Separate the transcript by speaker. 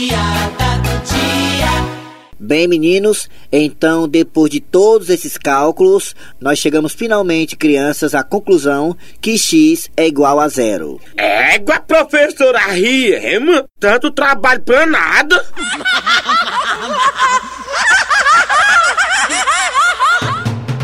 Speaker 1: piada do dia.
Speaker 2: Bem, meninos, então depois de todos esses cálculos, nós chegamos finalmente, crianças, à conclusão que x é igual a zero.
Speaker 3: Égua, professora Rima, tanto trabalho pra nada.